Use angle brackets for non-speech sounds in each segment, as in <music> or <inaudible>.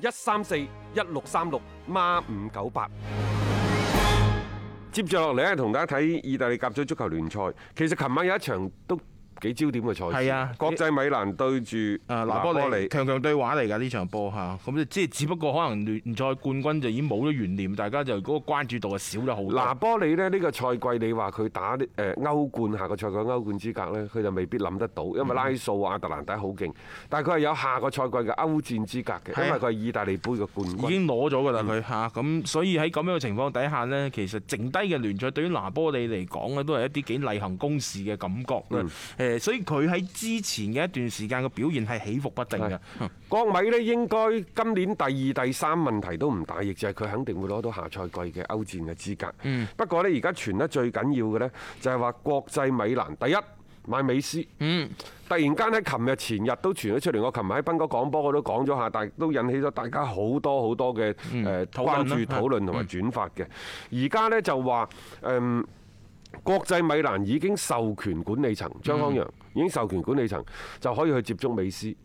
一三四一六三六孖五九八。接住落嚟咧，同大家睇意大利甲組足球聯賽。其實琴晚有一場都幾焦點嘅賽事，係啊國際米蘭對住誒呃拿拿波波利利。強強對話嚟㗎呢場波嚇，咁即係只不過可能聯賽冠軍就已經冇咗懸念，大家就嗰個關注度就啊少咗好多。拿波利呢，呢個賽季你話佢打誒歐冠下個賽季歐冠資格呢，佢就未必諗得到，因嗯為拉素亞特蘭大好勁，但係佢係有下個賽季嘅歐戰資格係嘅，啊因為佢係意大利杯嘅冠已軍。經攞咗㗎嗯啦佢嚇，咁所以喺咁樣嘅情況底下呢，其實剩低嘅聯賽對於拿波利嚟講咧，都係一啲幾例行公事嘅感覺啦。嗯誒、所以佢喺之前嘅一段時間嘅表現係起伏不定嘅。國米呢，應該今年第二、第三問題都唔大，亦就係佢肯定會攞到下賽季嘅歐戰嘅資格。嗯不過呢，而家傳得最緊要嘅呢，就係話國際米蘭第一買美斯。嗯突然間喺琴日前日都傳咗出嚟，我琴日喺斌哥廣播我都講咗下，但係都引起咗大家好多好多嘅誒嗯討論啦關注、討論同埋轉發嘅。而家呢，就話嗯誒。國際米蘭已經授權管理層張康陽已經授權管理層就可以去接觸美斯，去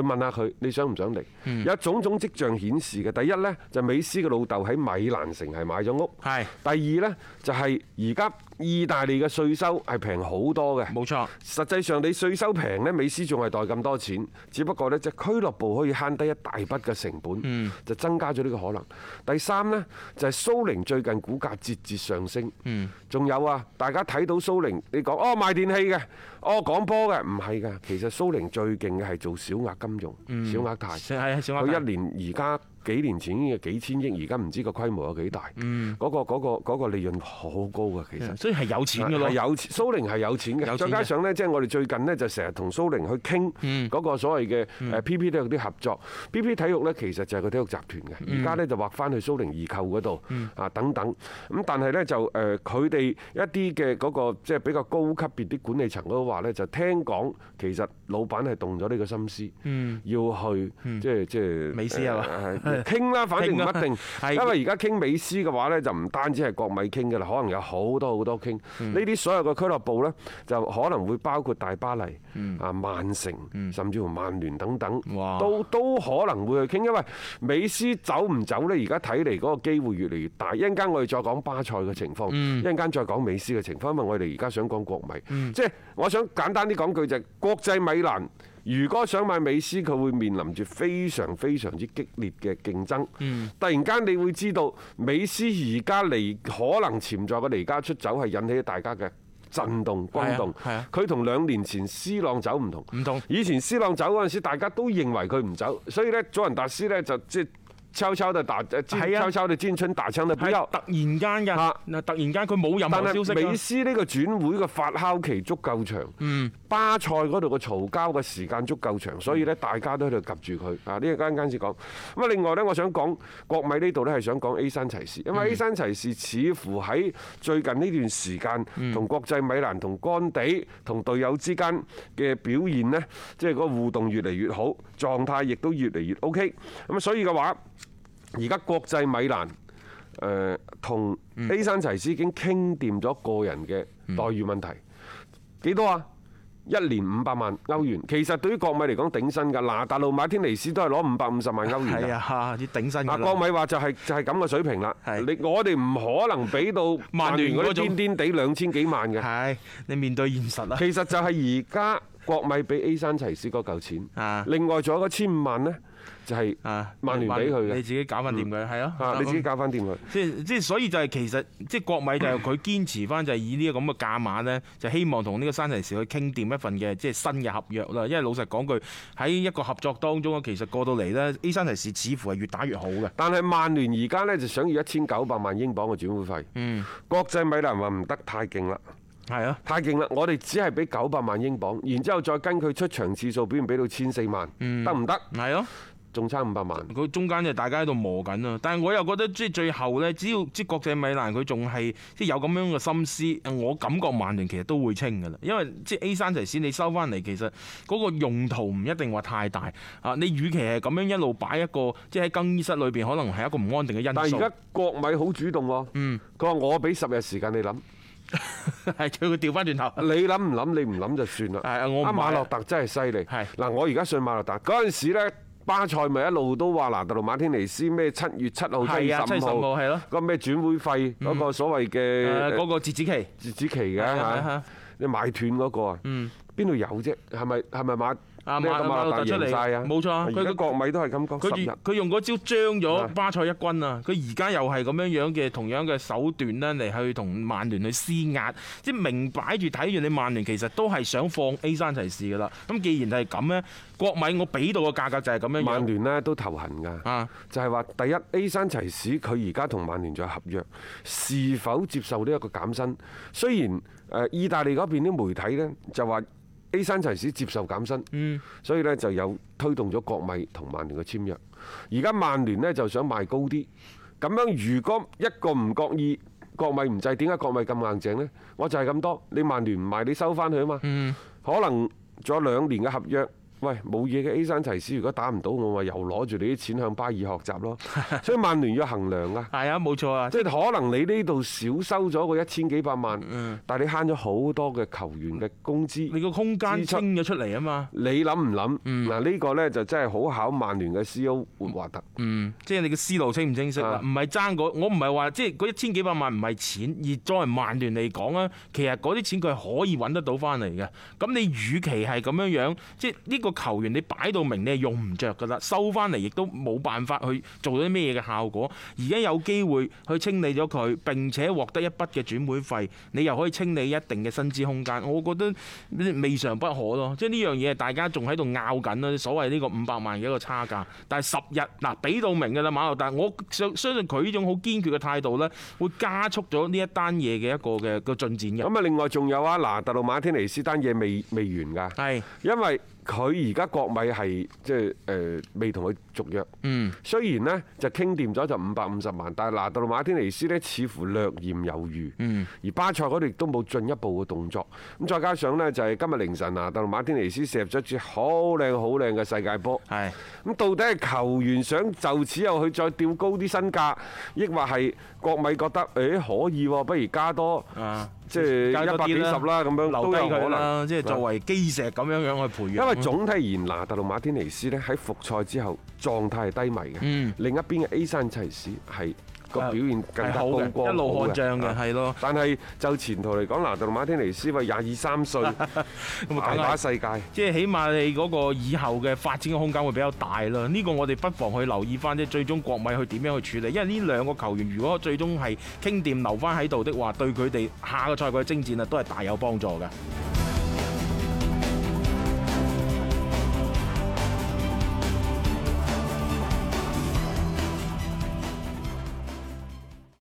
問下佢你想唔想嚟？有種種跡象顯示嘅，第一呢，就美斯嘅老豆喺米蘭城係買咗屋，係第二呢，就係而家意大利嘅稅收係平好多嘅，冇錯。實際上你稅收平呢，美斯仲係袋咁多錢，只不過呢，隻俱樂部可以慳低一大筆嘅成本，就增加咗呢個可能。第三呢，就係蘇寧最近股價節節上升，仲有啊，大家睇到蘇寧，你講哦賣電器嘅，哦講波嘅，唔係㗎，其實蘇寧最勁嘅係做小額金融、嗯小額貸。係小佢一額年而家幾年前已經係幾千億，而家唔知個規模有幾大。嗰個嗰個嗰個利潤好高㗎，其實嗯貸，。所以係有錢嘅係咯。有錢蘇寧係有錢有錢嘅嘅，再加上呢，即係我哋最近呢，就成日同蘇寧去傾嗯嗰個所謂嘅誒 PP 體育啲合作。PP 體育呢，其實就係個體育集團嘅，而家呢，就劃翻去蘇寧易購嗰度嗯啊等等。咁但係呢，就誒佢哋一啲嘅嗰個即係比較高級別啲管理層嗰度話呢，就聽講其實老闆係動咗呢個心思，要去即係即係嗯美斯係嘛誒傾啦，反正唔傾啊一定， <laughs> 係因為而家傾美斯嘅話呢，就唔單止係國米傾嘅啦，可能有好多好多傾。呢啲所有嘅俱樂部呢，就可能會包括大巴黎、啊曼城，甚至乎曼聯等等哇，都都可能會去傾。因為美斯走唔走呢？而家睇嚟嗰個機會越嚟越大。一陣間我哋再講巴塞嘅情況，嗯一陣間再講美斯嘅情況，因為我哋而家想講國米。即係我想簡單啲講句就係國際米蘭。如果想買美斯，佢會面臨住非常非常之激烈嘅競爭。嗯突然間，你會知道美斯而家離可能潛在嘅離家出走係引起大家嘅震動、轟動係啊。佢同兩年前斯朗走唔同，唔同以前斯朗走嗰陣時，大家都認為佢唔走，所以呢，佐仁達斯呢就即係悄悄地打，係啊悄悄地尖春打槍地不係休。突然間㗎嚇，嗱突然間佢冇任但何消息係啊美㗎。斯呢個轉會嘅發酵期足夠長，嗯巴塞嗰度嘅嘈交嘅時間足夠長，所以呢，大家都喺度及住佢啊！呢一間間先講。咁啊，另外呢，我想講國米呢度呢，係想講 A 山齊士，因嗯為 A 山齊士似乎喺最近呢段時間嗯同國際米蘭、同干地、同隊友之間嘅表現呢，即係個互動越嚟越好，狀態亦都越嚟越 OK。咁所以嘅話，而家國際米蘭。誒同呃嗯 A 山齊斯已經傾掂咗個人嘅待遇問題，幾多啊？一年五百萬歐元，其實對於國米嚟講頂薪㗎。嗱，大路馬天尼斯都係攞五百五十萬歐元係㗎。啊，要頂嗱，身㗎啦國。米話就係就係咁嘅水平啦。係你我哋唔可能俾到曼曼聯聯嗰嗰啲種癲癲地兩千幾 <laughs> 萬嘅。係你面對現 <laughs> 實啦。啊其實就係而家國米俾 A 山齊斯嗰嚿錢啊，另外仲有嗰千五萬呢，就係啊，曼聯俾佢你嘅。自己搞翻掂佢，係啊，啊，你自己搞翻掂佢。即係即係，所以就係其實即係國米就係佢堅持翻就係以呢個咁嘅價碼咧，就希望同呢個山提士去傾掂一份嘅即係新嘅合約啦。因為老實講句，喺一個合作當中啊其實過到嚟咧，A 山提士似乎係越打越好嘅。但係曼聯而家呢，就想要一千九百萬英鎊嘅轉會費。嗯，國際米蘭話唔得太勁啦，係啊，太勁啦！我哋只係俾九百萬英鎊，然之後再跟佢出場次數，表現俾到千四萬，得唔得？係咯，仲差五百萬。佢中間就大家喺度磨緊啊，但係我又覺得即係最後呢，只要即係國際米蘭佢仲係即係有咁樣嘅心思，我感覺曼聯其實都會清㗎啦，因為即係 A 山提斯你收翻嚟，其實嗰個用途唔一定話太大啊。你與其係咁樣一路擺一個即係喺更衣室裏邊，可能係一個唔安定嘅但係因素而。家國米好主動喎，嗯，佢話我俾十日時間你諗，係佢會調翻轉頭。你諗唔諗你唔諗就算啦。係啊我唔阿馬買啦洛特真係犀利。係嗱，我而家信馬洛特嗰陣時咧。巴塞咪一路都話拿特魯馬天尼斯咩七月七號、七係月啊，七月十十五號號係咯。個咩轉會費嗰個所謂誒嘅嗰個截止期。截止期嘅係啊係嚇啊，你買斷嗰個啊，嗯邊度有啫？係咪係咪馬啊呢個馬馬馬勒達勒達出嚟贏晒啊？冇錯啊佢而家國米都係咁講十佢日用。佢用嗰招將啊咗巴塞一軍啊！佢而家又係咁樣樣嘅同樣嘅手段呢，嚟去同曼聯去施壓，即係明擺住睇住你曼聯其實都係想放 A 山齊士噶啦。咁既然係咁呢，國米我俾到個價格就係咁樣曼樣聯呢都頭痕㗎，啊，就係話第一 A 山齊士佢而家同曼聯仲有合約，是否接受呢一個減薪？雖然誒意大利嗰邊啲媒體呢就話 A 山齊士接受減薪，嗯，所以呢就有推動咗國米同曼聯嘅簽約。而家曼聯呢就想賣高啲，咁樣如果一個唔覺意。國米唔制，點解國米咁硬淨呢？我就係咁多，你曼聯唔賣，你收翻佢啊嘛。嗯可能仲有兩年嘅合約。喂，冇嘢嘅 A 山齊斯，如果打唔到我，咪又攞住你啲錢向巴爾學習咯。 <laughs> 所以曼聯要衡量啊，係啊，冇錯啊，即係可能你呢度少收咗個一千幾百萬，嗯，但係你慳咗好多嘅球員嘅工資。你個空間支出清咗出嚟啊嘛，你諗唔諗？嗯嗱呢個呢就真係好考曼聯嘅 C.O. 活華特。嗯，即係你嘅思路清唔清晰啦啊？唔係爭嗰，我唔係話即係嗰一千幾百萬唔係錢，而作為曼聯嚟講啊，其實嗰啲錢佢係可以揾得到翻嚟嘅。咁你與其係咁樣樣，即係呢個球員你擺到明，你係用唔着㗎啦，收翻嚟亦都冇辦法去做到啲咩嘢嘅效果。而家有機會去清理咗佢，並且獲得一筆嘅轉會費，你又可以清理一定嘅薪資空間。我覺得未嘗不可咯，即係呢樣嘢大家仲喺度拗緊啦，所謂呢個五百萬嘅一個差價，但係十日嗱俾到明㗎啦，馬路達，我相相信佢呢種好堅決嘅態度呢，會加速咗呢一單嘢嘅一個嘅個進展嘅。咁啊，另外仲有啊，嗱，特魯馬天尼斯單嘢未未完㗎，係，因為佢而家國米係即係誒未同佢續約。嗯，雖然呢就傾掂咗就五百五十萬，但係拿到馬天尼斯呢似乎略嫌猶豫，嗯而巴塞嗰度亦都冇進一步嘅動作。咁再加上呢，就係今日凌晨拿到馬天尼斯射入咗一支好靚好靚嘅世界波。係。咁到底係球員想就此又去再調高啲身價，抑或係國米覺得誒、欸可以喎，不如加多啊，即係加一多百幾啲十啦，咁樣留都低有佢可能。啦，即係作為基石咁樣樣去培因養。為總體而言，拿特魯馬天尼斯呢喺復賽之後狀態係低迷嘅。嗯另一邊嘅 A 山齊士係個表現更加係好高嘅，光，一路好看漲嘅，啊係咯，但係就前途嚟講，拿特魯馬天尼斯喂廿二三 <laughs> 歲，咁啊大梗係把世界。即係起碼你嗰個以後嘅發展嘅空間會比較大啦。呢個我哋不妨去留意翻，即係最終國米去點樣去處理。因為呢兩個球員如果最終係傾掂留翻喺度的話，對佢哋下個賽季嘅征戰啊，都係大有幫助嘅。